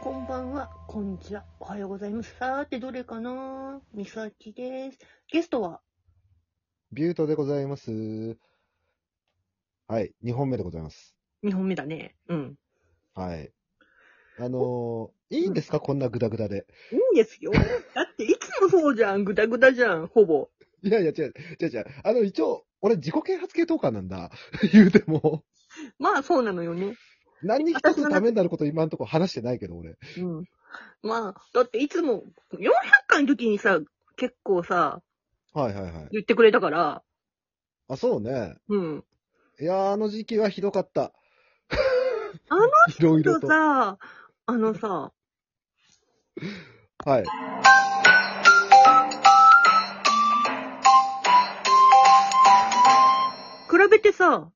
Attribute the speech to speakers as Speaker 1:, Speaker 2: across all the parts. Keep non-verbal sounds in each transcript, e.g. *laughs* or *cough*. Speaker 1: こんばんは、こんにちは、おはようございます。さーて、どれかなみさきです。ゲストは、
Speaker 2: ビュートでございます。はい、2本目でございます。
Speaker 1: 2本目だね。うん。
Speaker 2: はい。あのー、いいんですかこんなグダグダで。 *laughs*
Speaker 1: いいんですよ。 *laughs* だって、いつもそうじゃん。ぐだぐだじゃん、ほぼ。
Speaker 2: いやいや、違う、違う違う。あの、一応、俺自己啓発系トーカーなんだ。 *laughs* 言うても。
Speaker 1: まあ、そうなのよね。
Speaker 2: 何に一つのためになること今んとこ話してないけど、俺。
Speaker 1: うん。まあ、だっていつも、400回の時にさ、結構さ、
Speaker 2: はいはいはい。
Speaker 1: 言ってくれたから、
Speaker 2: あ、そうね。
Speaker 1: うん。
Speaker 2: いやー、あの時期はひどか *laughs* った。
Speaker 1: あの
Speaker 2: いろいろ
Speaker 1: と
Speaker 2: と。
Speaker 1: さ、あのさ、
Speaker 2: はい。
Speaker 1: 比べてさ、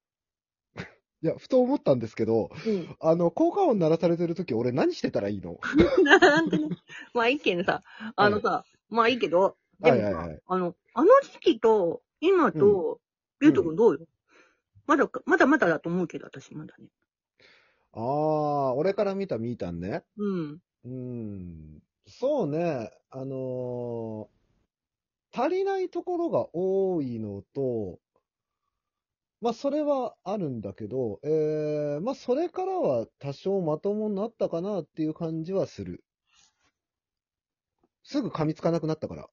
Speaker 2: いや、ふと思ったんですけど、
Speaker 1: うん。
Speaker 2: あの、効果音鳴らされてる時俺何してたらいいの
Speaker 1: なんてね。 *laughs* まあ、いいけどさ、あのさ、まあいいけど、で
Speaker 2: は
Speaker 1: も
Speaker 2: い
Speaker 1: さ、
Speaker 2: はいはい。
Speaker 1: あの、あの時期と、今と、
Speaker 2: うん
Speaker 1: ゆうとくんどうよ、まだか、まだまだだと思うけど、私まだね。
Speaker 2: あー、俺から見たみーたんね。
Speaker 1: うん。
Speaker 2: うーん、そうね、あのー足りないところが多いのと、まあ、それはあるんだけど、えー、まあ、それからは多少まともになったかなっていう感じはする。すぐ噛みつかなくなったから。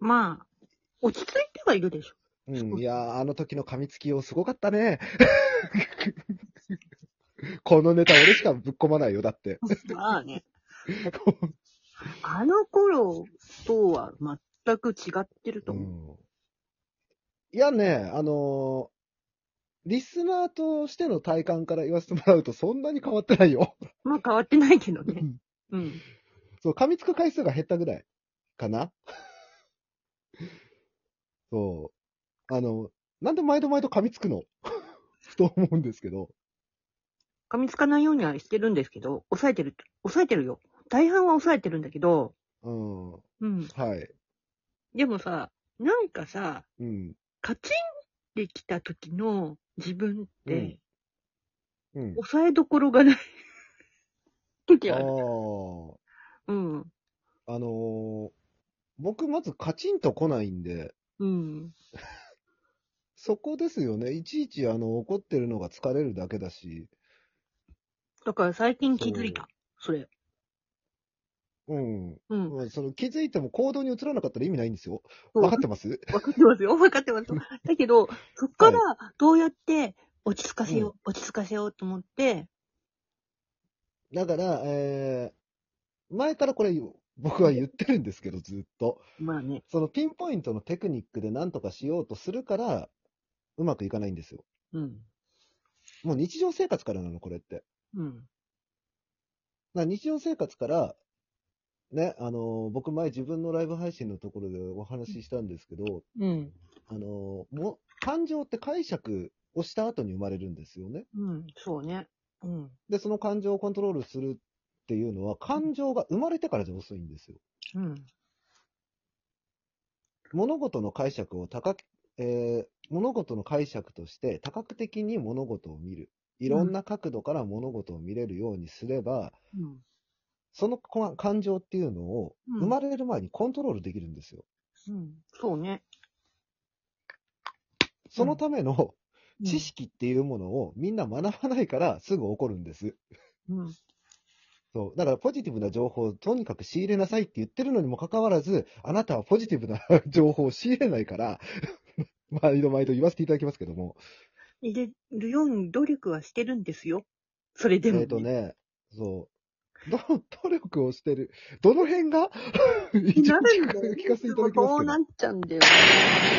Speaker 1: まあ、落ち着いてはいるでしょ。
Speaker 2: うん、いやー、あの時の噛みつきをすごかったね。 *laughs* このネタ俺しかぶっ込まないよ、だって。
Speaker 1: まあね。あの頃とは全く違ってると思う。
Speaker 2: いやね、あのーリスナーとしての体感から言わせてもらうとそんなに変わってないよ。 *laughs*
Speaker 1: まあ変わってないけどね。うん。
Speaker 2: そう、噛みつく回数が減ったぐらいかな。 *laughs* そう。あの、なんで毎度毎度噛みつくの *laughs* ふと思うんですけど。
Speaker 1: 噛みつかないようにはしてるんですけど、抑えてる、抑えてるよ。大半は抑えてるんだけど、
Speaker 2: うん。は
Speaker 1: うん。
Speaker 2: い。
Speaker 1: でもさ、なんかさ、
Speaker 2: うん。
Speaker 1: カチンってきた時の自分って、
Speaker 2: うんうん。
Speaker 1: 抑えどころがない時
Speaker 2: ああ
Speaker 1: ある。
Speaker 2: ー。
Speaker 1: うん。
Speaker 2: あのー僕まずカチンと来ないんで、
Speaker 1: うん。
Speaker 2: そこですよね。いちいちあの怒ってるのが疲れるだけだし。
Speaker 1: だから最近気づいた。それ。
Speaker 2: うん。
Speaker 1: うん。
Speaker 2: うんその気づいても行動に移らなかったら意味ないんですよ。
Speaker 1: そう
Speaker 2: 分かってます
Speaker 1: わかってますよ。わかってます。だけど、そっからどうやって落ち着かせよう、落ち着かせようと思って、
Speaker 2: だから、えー、前からこれ僕は言ってるんですけど、ずっと。
Speaker 1: まあね。
Speaker 2: そのピンポイントのテクニックで何とかしようとするから、うまくいかないんですよ。
Speaker 1: うん。
Speaker 2: もう日常生活からなの、これって。
Speaker 1: うん。
Speaker 2: な日常生活から、ね、あのー僕前自分のライブ配信のところでお話ししたんですけど、
Speaker 1: うん。
Speaker 2: あのーも、感情って解釈をした後に生まれるんですよね。
Speaker 1: うん。そうね。うん。
Speaker 2: で、その感情をコントロールするっていうのは、感情が生まれてからじゃ遅いんですよ。
Speaker 1: うん。
Speaker 2: 物事の解釈を多角、えー物事の解釈として多角的に物事を見る。いろんな角度から物事を見れるようにすれば、
Speaker 1: うん。
Speaker 2: そのこ感情っていうのを
Speaker 1: うん
Speaker 2: 生まれる前にコントロールできるんですよ。
Speaker 1: うん。そうね。
Speaker 2: そのための
Speaker 1: うん
Speaker 2: 知。識っていうものをみんな学ばないからすぐ起こるんです。
Speaker 1: うん。
Speaker 2: そう。だからポジティブな情報をとにかく仕入れなさいって言ってるのにもかかわらず、あなたはポジティブな *laughs* 情報を仕入れないから、 *laughs* 毎度毎度言わせていただきますけども。
Speaker 1: 入れるように努力はしてるんですよ。それ
Speaker 2: え
Speaker 1: で
Speaker 2: っ、
Speaker 1: も、
Speaker 2: とね、そう。ど、努力をしてる。どの
Speaker 1: *laughs*
Speaker 2: 辺が一
Speaker 1: な
Speaker 2: 応
Speaker 1: る
Speaker 2: 聞
Speaker 1: んだ
Speaker 2: か
Speaker 1: よ。
Speaker 2: 聞かせてい
Speaker 1: *laughs*
Speaker 2: ただき
Speaker 1: そう
Speaker 2: ま
Speaker 1: な
Speaker 2: す
Speaker 1: っちゃうんだよ。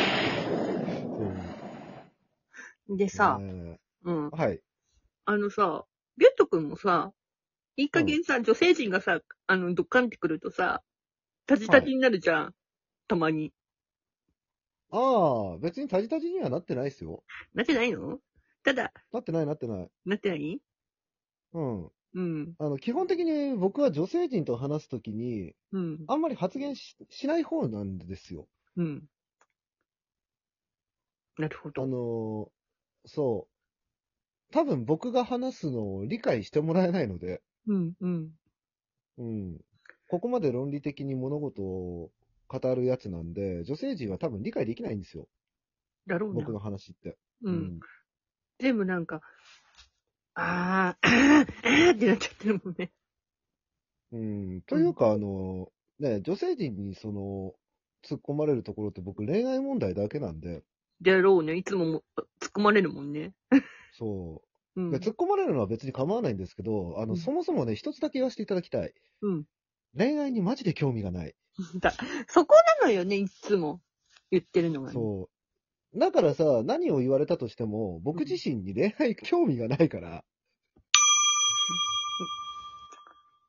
Speaker 2: けど。そう
Speaker 1: でさ、
Speaker 2: ね
Speaker 1: うん。
Speaker 2: はい。
Speaker 1: あのさ、ビュット君もさ、いい加減さ、女性陣がさ、あの、ドッカンってくるとさ、タジタジになるじゃん。たまに。
Speaker 2: ああ、別にタジタジにはなってないですよ。
Speaker 1: なってないのただ、
Speaker 2: なってないなってない。
Speaker 1: なってない
Speaker 2: うん。
Speaker 1: うん。
Speaker 2: あの、基本的に僕は女性陣と話すときに、
Speaker 1: うん。
Speaker 2: あんまり発言ししない方なんですよ。
Speaker 1: うん。なるほ
Speaker 2: あ
Speaker 1: ど。
Speaker 2: のーそ多分僕が話すのを理解してもらえないので、
Speaker 1: うん、うん。
Speaker 2: うん。ここまで論理的に物事を語るやつなんで、女性陣は多分理解できないんですよ。
Speaker 1: だろうな
Speaker 2: 僕。の話って。
Speaker 1: うん。全部なんか、あー、あー、あーってなっちゃってるもんね。
Speaker 2: うん。というか、あの、ね、女性陣にその、突っ込まれるところって僕恋愛問題だけなんで、
Speaker 1: だろうね。いつもも突っ込まれるもんね。
Speaker 2: そうう。
Speaker 1: ん
Speaker 2: で。突っ込まれるのは別に構わないんですけど、あの、
Speaker 1: うん
Speaker 2: そもそもね、一つだけ言わせていただきたい。
Speaker 1: うん。
Speaker 2: 恋愛にマジで興味がない。
Speaker 1: そこなのよね、いつも。言ってるのがね。
Speaker 2: そう。だからさ、何を言われたとしても、僕自身に恋愛興味がないから、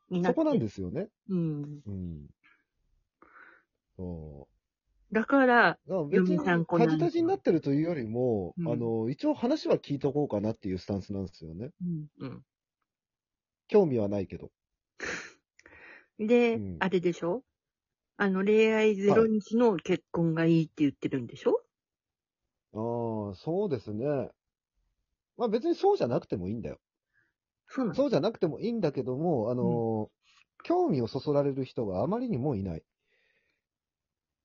Speaker 1: に
Speaker 2: そこなん
Speaker 1: だ。
Speaker 2: ですよね。
Speaker 1: うん。
Speaker 2: うん。そう。
Speaker 1: だから、
Speaker 2: だから別に、
Speaker 1: 嫁さんこな
Speaker 2: カ
Speaker 1: んか
Speaker 2: ジタジになってるというよりも、
Speaker 1: うん
Speaker 2: あの、一応話は聞いとこうかなっていうスタンスなんですよね。
Speaker 1: うん。うん。
Speaker 2: 興味はないけど。
Speaker 1: で、
Speaker 2: うん
Speaker 1: あれでしょあの、恋愛ゼロ日の結婚がいいって言ってるんでしょ、
Speaker 2: ああ、そうですね。まあ別にそうじゃなくてもいいんだよ。
Speaker 1: そうなの
Speaker 2: そうじゃなくてもいいんだけども、あの、興味をそそられる人があまりにもいない。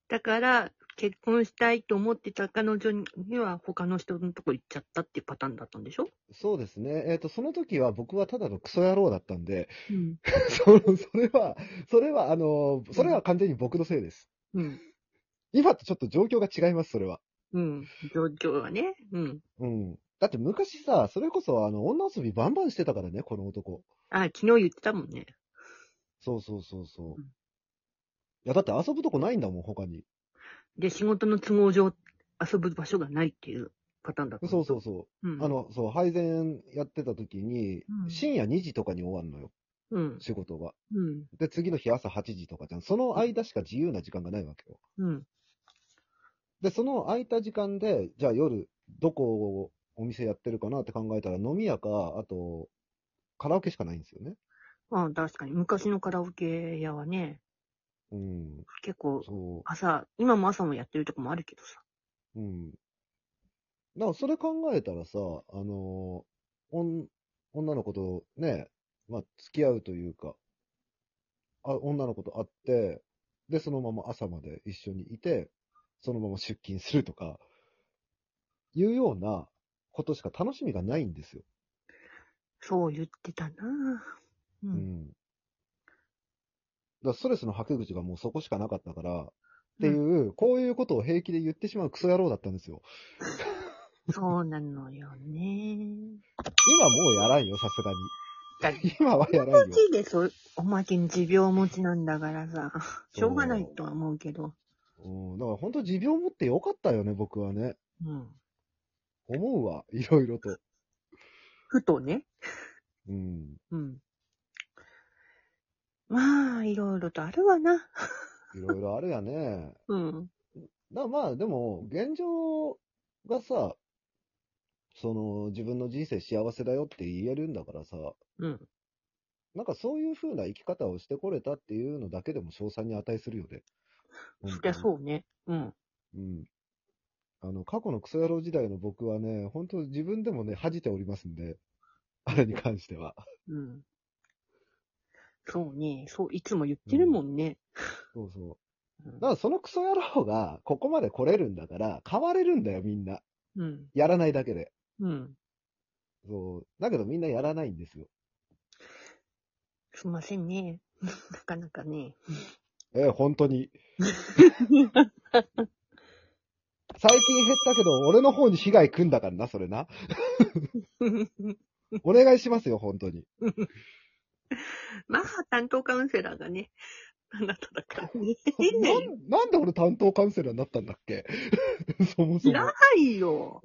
Speaker 1: だから、結婚したいと思ってた彼女には他の人のとこ行っちゃったっていうパターンだったんでしょ
Speaker 2: そうですね。えっ、と、その時は僕はただのクソ野郎だったんで、
Speaker 1: うん。
Speaker 2: *laughs* そそれは、それは、あの、それは完全に僕のせいです。
Speaker 1: うん。
Speaker 2: 今とちょっと状況が違います、それは。
Speaker 1: うん。状況がね。うん。
Speaker 2: うん。だって昔さ、それこそあの、女遊びバンバンしてたからね、この男。
Speaker 1: あ、昨日言ってたもんね。
Speaker 2: そうそうそうそう。
Speaker 1: うん
Speaker 2: いや、だって遊ぶとこないんだもん、他に。
Speaker 1: で、仕事の都合上、遊ぶ場所がないっていうパターンだった。。
Speaker 2: そうそうそうう。
Speaker 1: ん。
Speaker 2: あ、の、そう、配膳やってた時に、
Speaker 1: うん
Speaker 2: 深夜2時とかに終わるのよ、
Speaker 1: うん。
Speaker 2: 仕事が。
Speaker 1: うん。
Speaker 2: で、次の日朝8時とかじゃん。その間しか自由な時間がないわけよ。
Speaker 1: うん。
Speaker 2: で、その空いた時間で、じゃあ夜、どこをお店やってるかなって考えたら、飲み屋か、あと、カラオケしかないんですよね。
Speaker 1: あ確かに。昔のカラオケ屋はね、
Speaker 2: うん。
Speaker 1: 結構、
Speaker 2: そう。
Speaker 1: 朝、今も朝もやってるとこもあるけどさ。
Speaker 2: うん。だからそれ考えたらさ、あのおん女の子とね、まあ、付き合うというか、あ女の子と会って、で、そのまま朝まで一緒にいて、そのまま出勤するとか、いうようなことしか楽しみがないんですよ。
Speaker 1: そう言ってたなぁ。う。
Speaker 2: うんん。だからストレスの吐き口がもうそこしかなかったから、っていう、こういうことを平気で言ってしまうクソ野郎だったんですよ。
Speaker 1: そうなのよ *laughs* ね。
Speaker 2: 今もうやらんよ、さすがに。
Speaker 1: だって、
Speaker 2: *laughs* 今はやらんよ。
Speaker 1: でそう、おまけに持病持ちなんだからさ、しょうがないとは思うけど。
Speaker 2: うん、だから本当持病持ってよかったよね、僕はね。
Speaker 1: うん。
Speaker 2: 思うわ、いろいろと。
Speaker 1: ふとね。
Speaker 2: うん。
Speaker 1: うん。まあ、いろいろとあるわな。
Speaker 2: いろいろあるやね。
Speaker 1: うん。
Speaker 2: だからまあ、でも、現状がさ、その、自分の人生幸せだよって言えるんだからさ、
Speaker 1: うん。
Speaker 2: なんかそういう風な生き方をしてこれたっていうのだけでも賞賛に値するよね。
Speaker 1: そりゃそうね。うん。
Speaker 2: う。うん。あの、過去のクソ野郎時代の僕はね、本当自分でもね、恥じておりますんで、あれに関しては。
Speaker 1: うん。そうね。そう、いつも言ってるもんね。
Speaker 2: そうそう。
Speaker 1: うん
Speaker 2: だからそのクソ野郎がここまで来れるんだから、変われるんだよ、みんな。
Speaker 1: うん。
Speaker 2: やらないだけで。
Speaker 1: うん。
Speaker 2: そう。だけどみんなやらないんですよ。
Speaker 1: すいませんね。なかなかね。
Speaker 2: ええ、本
Speaker 1: *laughs*
Speaker 2: 当に。最近減ったけど、俺の方に被害来んだからな、それな。お願いしますよ、本当に。
Speaker 1: まあ、担当カウンセラーがね、あなただからね。
Speaker 2: なんなんで俺担当カウンセラーになったんだっけ *laughs* そもそ
Speaker 1: い
Speaker 2: も
Speaker 1: ら。ないよ。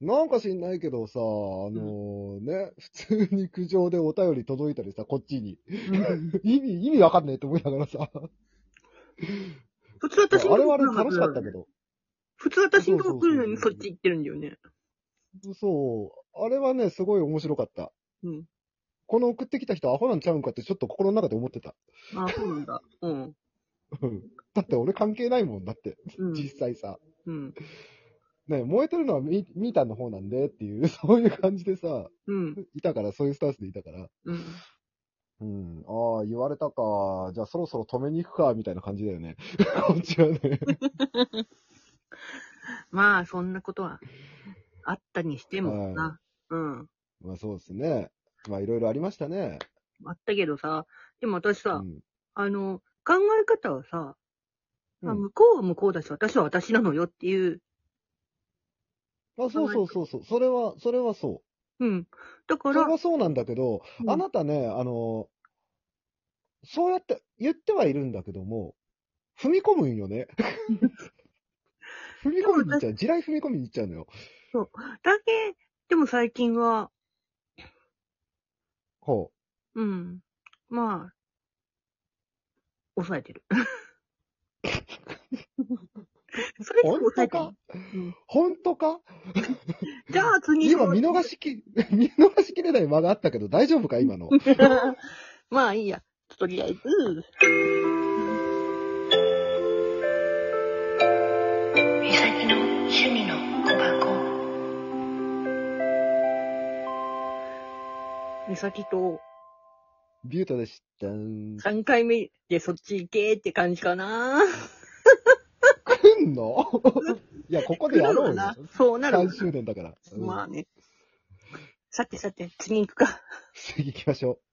Speaker 2: なんか知んないけどさ、あのね、普通に苦情でお便り届いたりさ、こっちに。意味、意味わかんねえって思いながらさ。
Speaker 1: 普通私
Speaker 2: あれはあれ
Speaker 1: の方が来るはず
Speaker 2: 楽しかったけど。
Speaker 1: 普通私の方が来るのに
Speaker 2: そ
Speaker 1: そう
Speaker 2: そうそうそう
Speaker 1: っち行ってるんだよね。
Speaker 2: そう。あれはね、すごい面白かった。
Speaker 1: うん。
Speaker 2: この送ってきた人アホなんちゃうんかってちょっと心の中で思ってた。
Speaker 1: あ、そうなんだ。うん。
Speaker 2: うんだって俺関係ないもんだって、
Speaker 1: うん。
Speaker 2: 実際さ。
Speaker 1: うん。
Speaker 2: ね、燃えてるのはみ、みーたんの方なんでっていう、 *laughs* そういう感じでさ、
Speaker 1: うん。
Speaker 2: いたから、そういうスタンスでいたから、
Speaker 1: うん。
Speaker 2: うん、ああ、言われたか、じゃあそろそろ止めに行くか、みたいな感じだよね。 *laughs* こっちは *laughs* ね。
Speaker 1: まあ、そんなことは、あったにしてもな。うん。
Speaker 2: まあそうですね。まあいろいろありましたね。
Speaker 1: あったけどさ、でも私
Speaker 2: う
Speaker 1: さ、
Speaker 2: ん。
Speaker 1: あの、考え方はさ、まあ
Speaker 2: うん
Speaker 1: 向こうは向こうだし、私は私なのよっていう。
Speaker 2: あ、そうそうそうそう。それは、それはそう。
Speaker 1: うん。だか
Speaker 2: そ
Speaker 1: ら
Speaker 2: れ、はそうなんだけど、
Speaker 1: うん
Speaker 2: あなたね、あの、そうやって言ってはいるんだけども、踏み込むん
Speaker 1: *laughs*
Speaker 2: よね。踏み込みに行っちゃう。地雷踏み込みに行っちゃうのよ。
Speaker 1: だけ、でも最近は、
Speaker 2: ほ
Speaker 1: うん。まあ、抑えて
Speaker 2: *laughs*
Speaker 1: る。それ
Speaker 2: う。
Speaker 1: でも
Speaker 2: 本
Speaker 1: 抑え
Speaker 2: 当
Speaker 1: てる
Speaker 2: か。本当か
Speaker 1: じゃあ次
Speaker 2: 今見逃しき、 *laughs* 見逃しきれない間があったけど大丈夫か今の。
Speaker 1: *laughs* まあいいや。とりあえず。
Speaker 3: みさきの趣味の小箱。
Speaker 1: 美咲と
Speaker 2: ビュートでしたん。
Speaker 1: 3回目でそっち行けって感じかな。
Speaker 2: 来んの *laughs* いや、ここでやろうよ
Speaker 1: な。。そうなる
Speaker 2: 3。周年だから。うん
Speaker 1: まあね。さてさて、次行くか。
Speaker 2: 次行きましょう。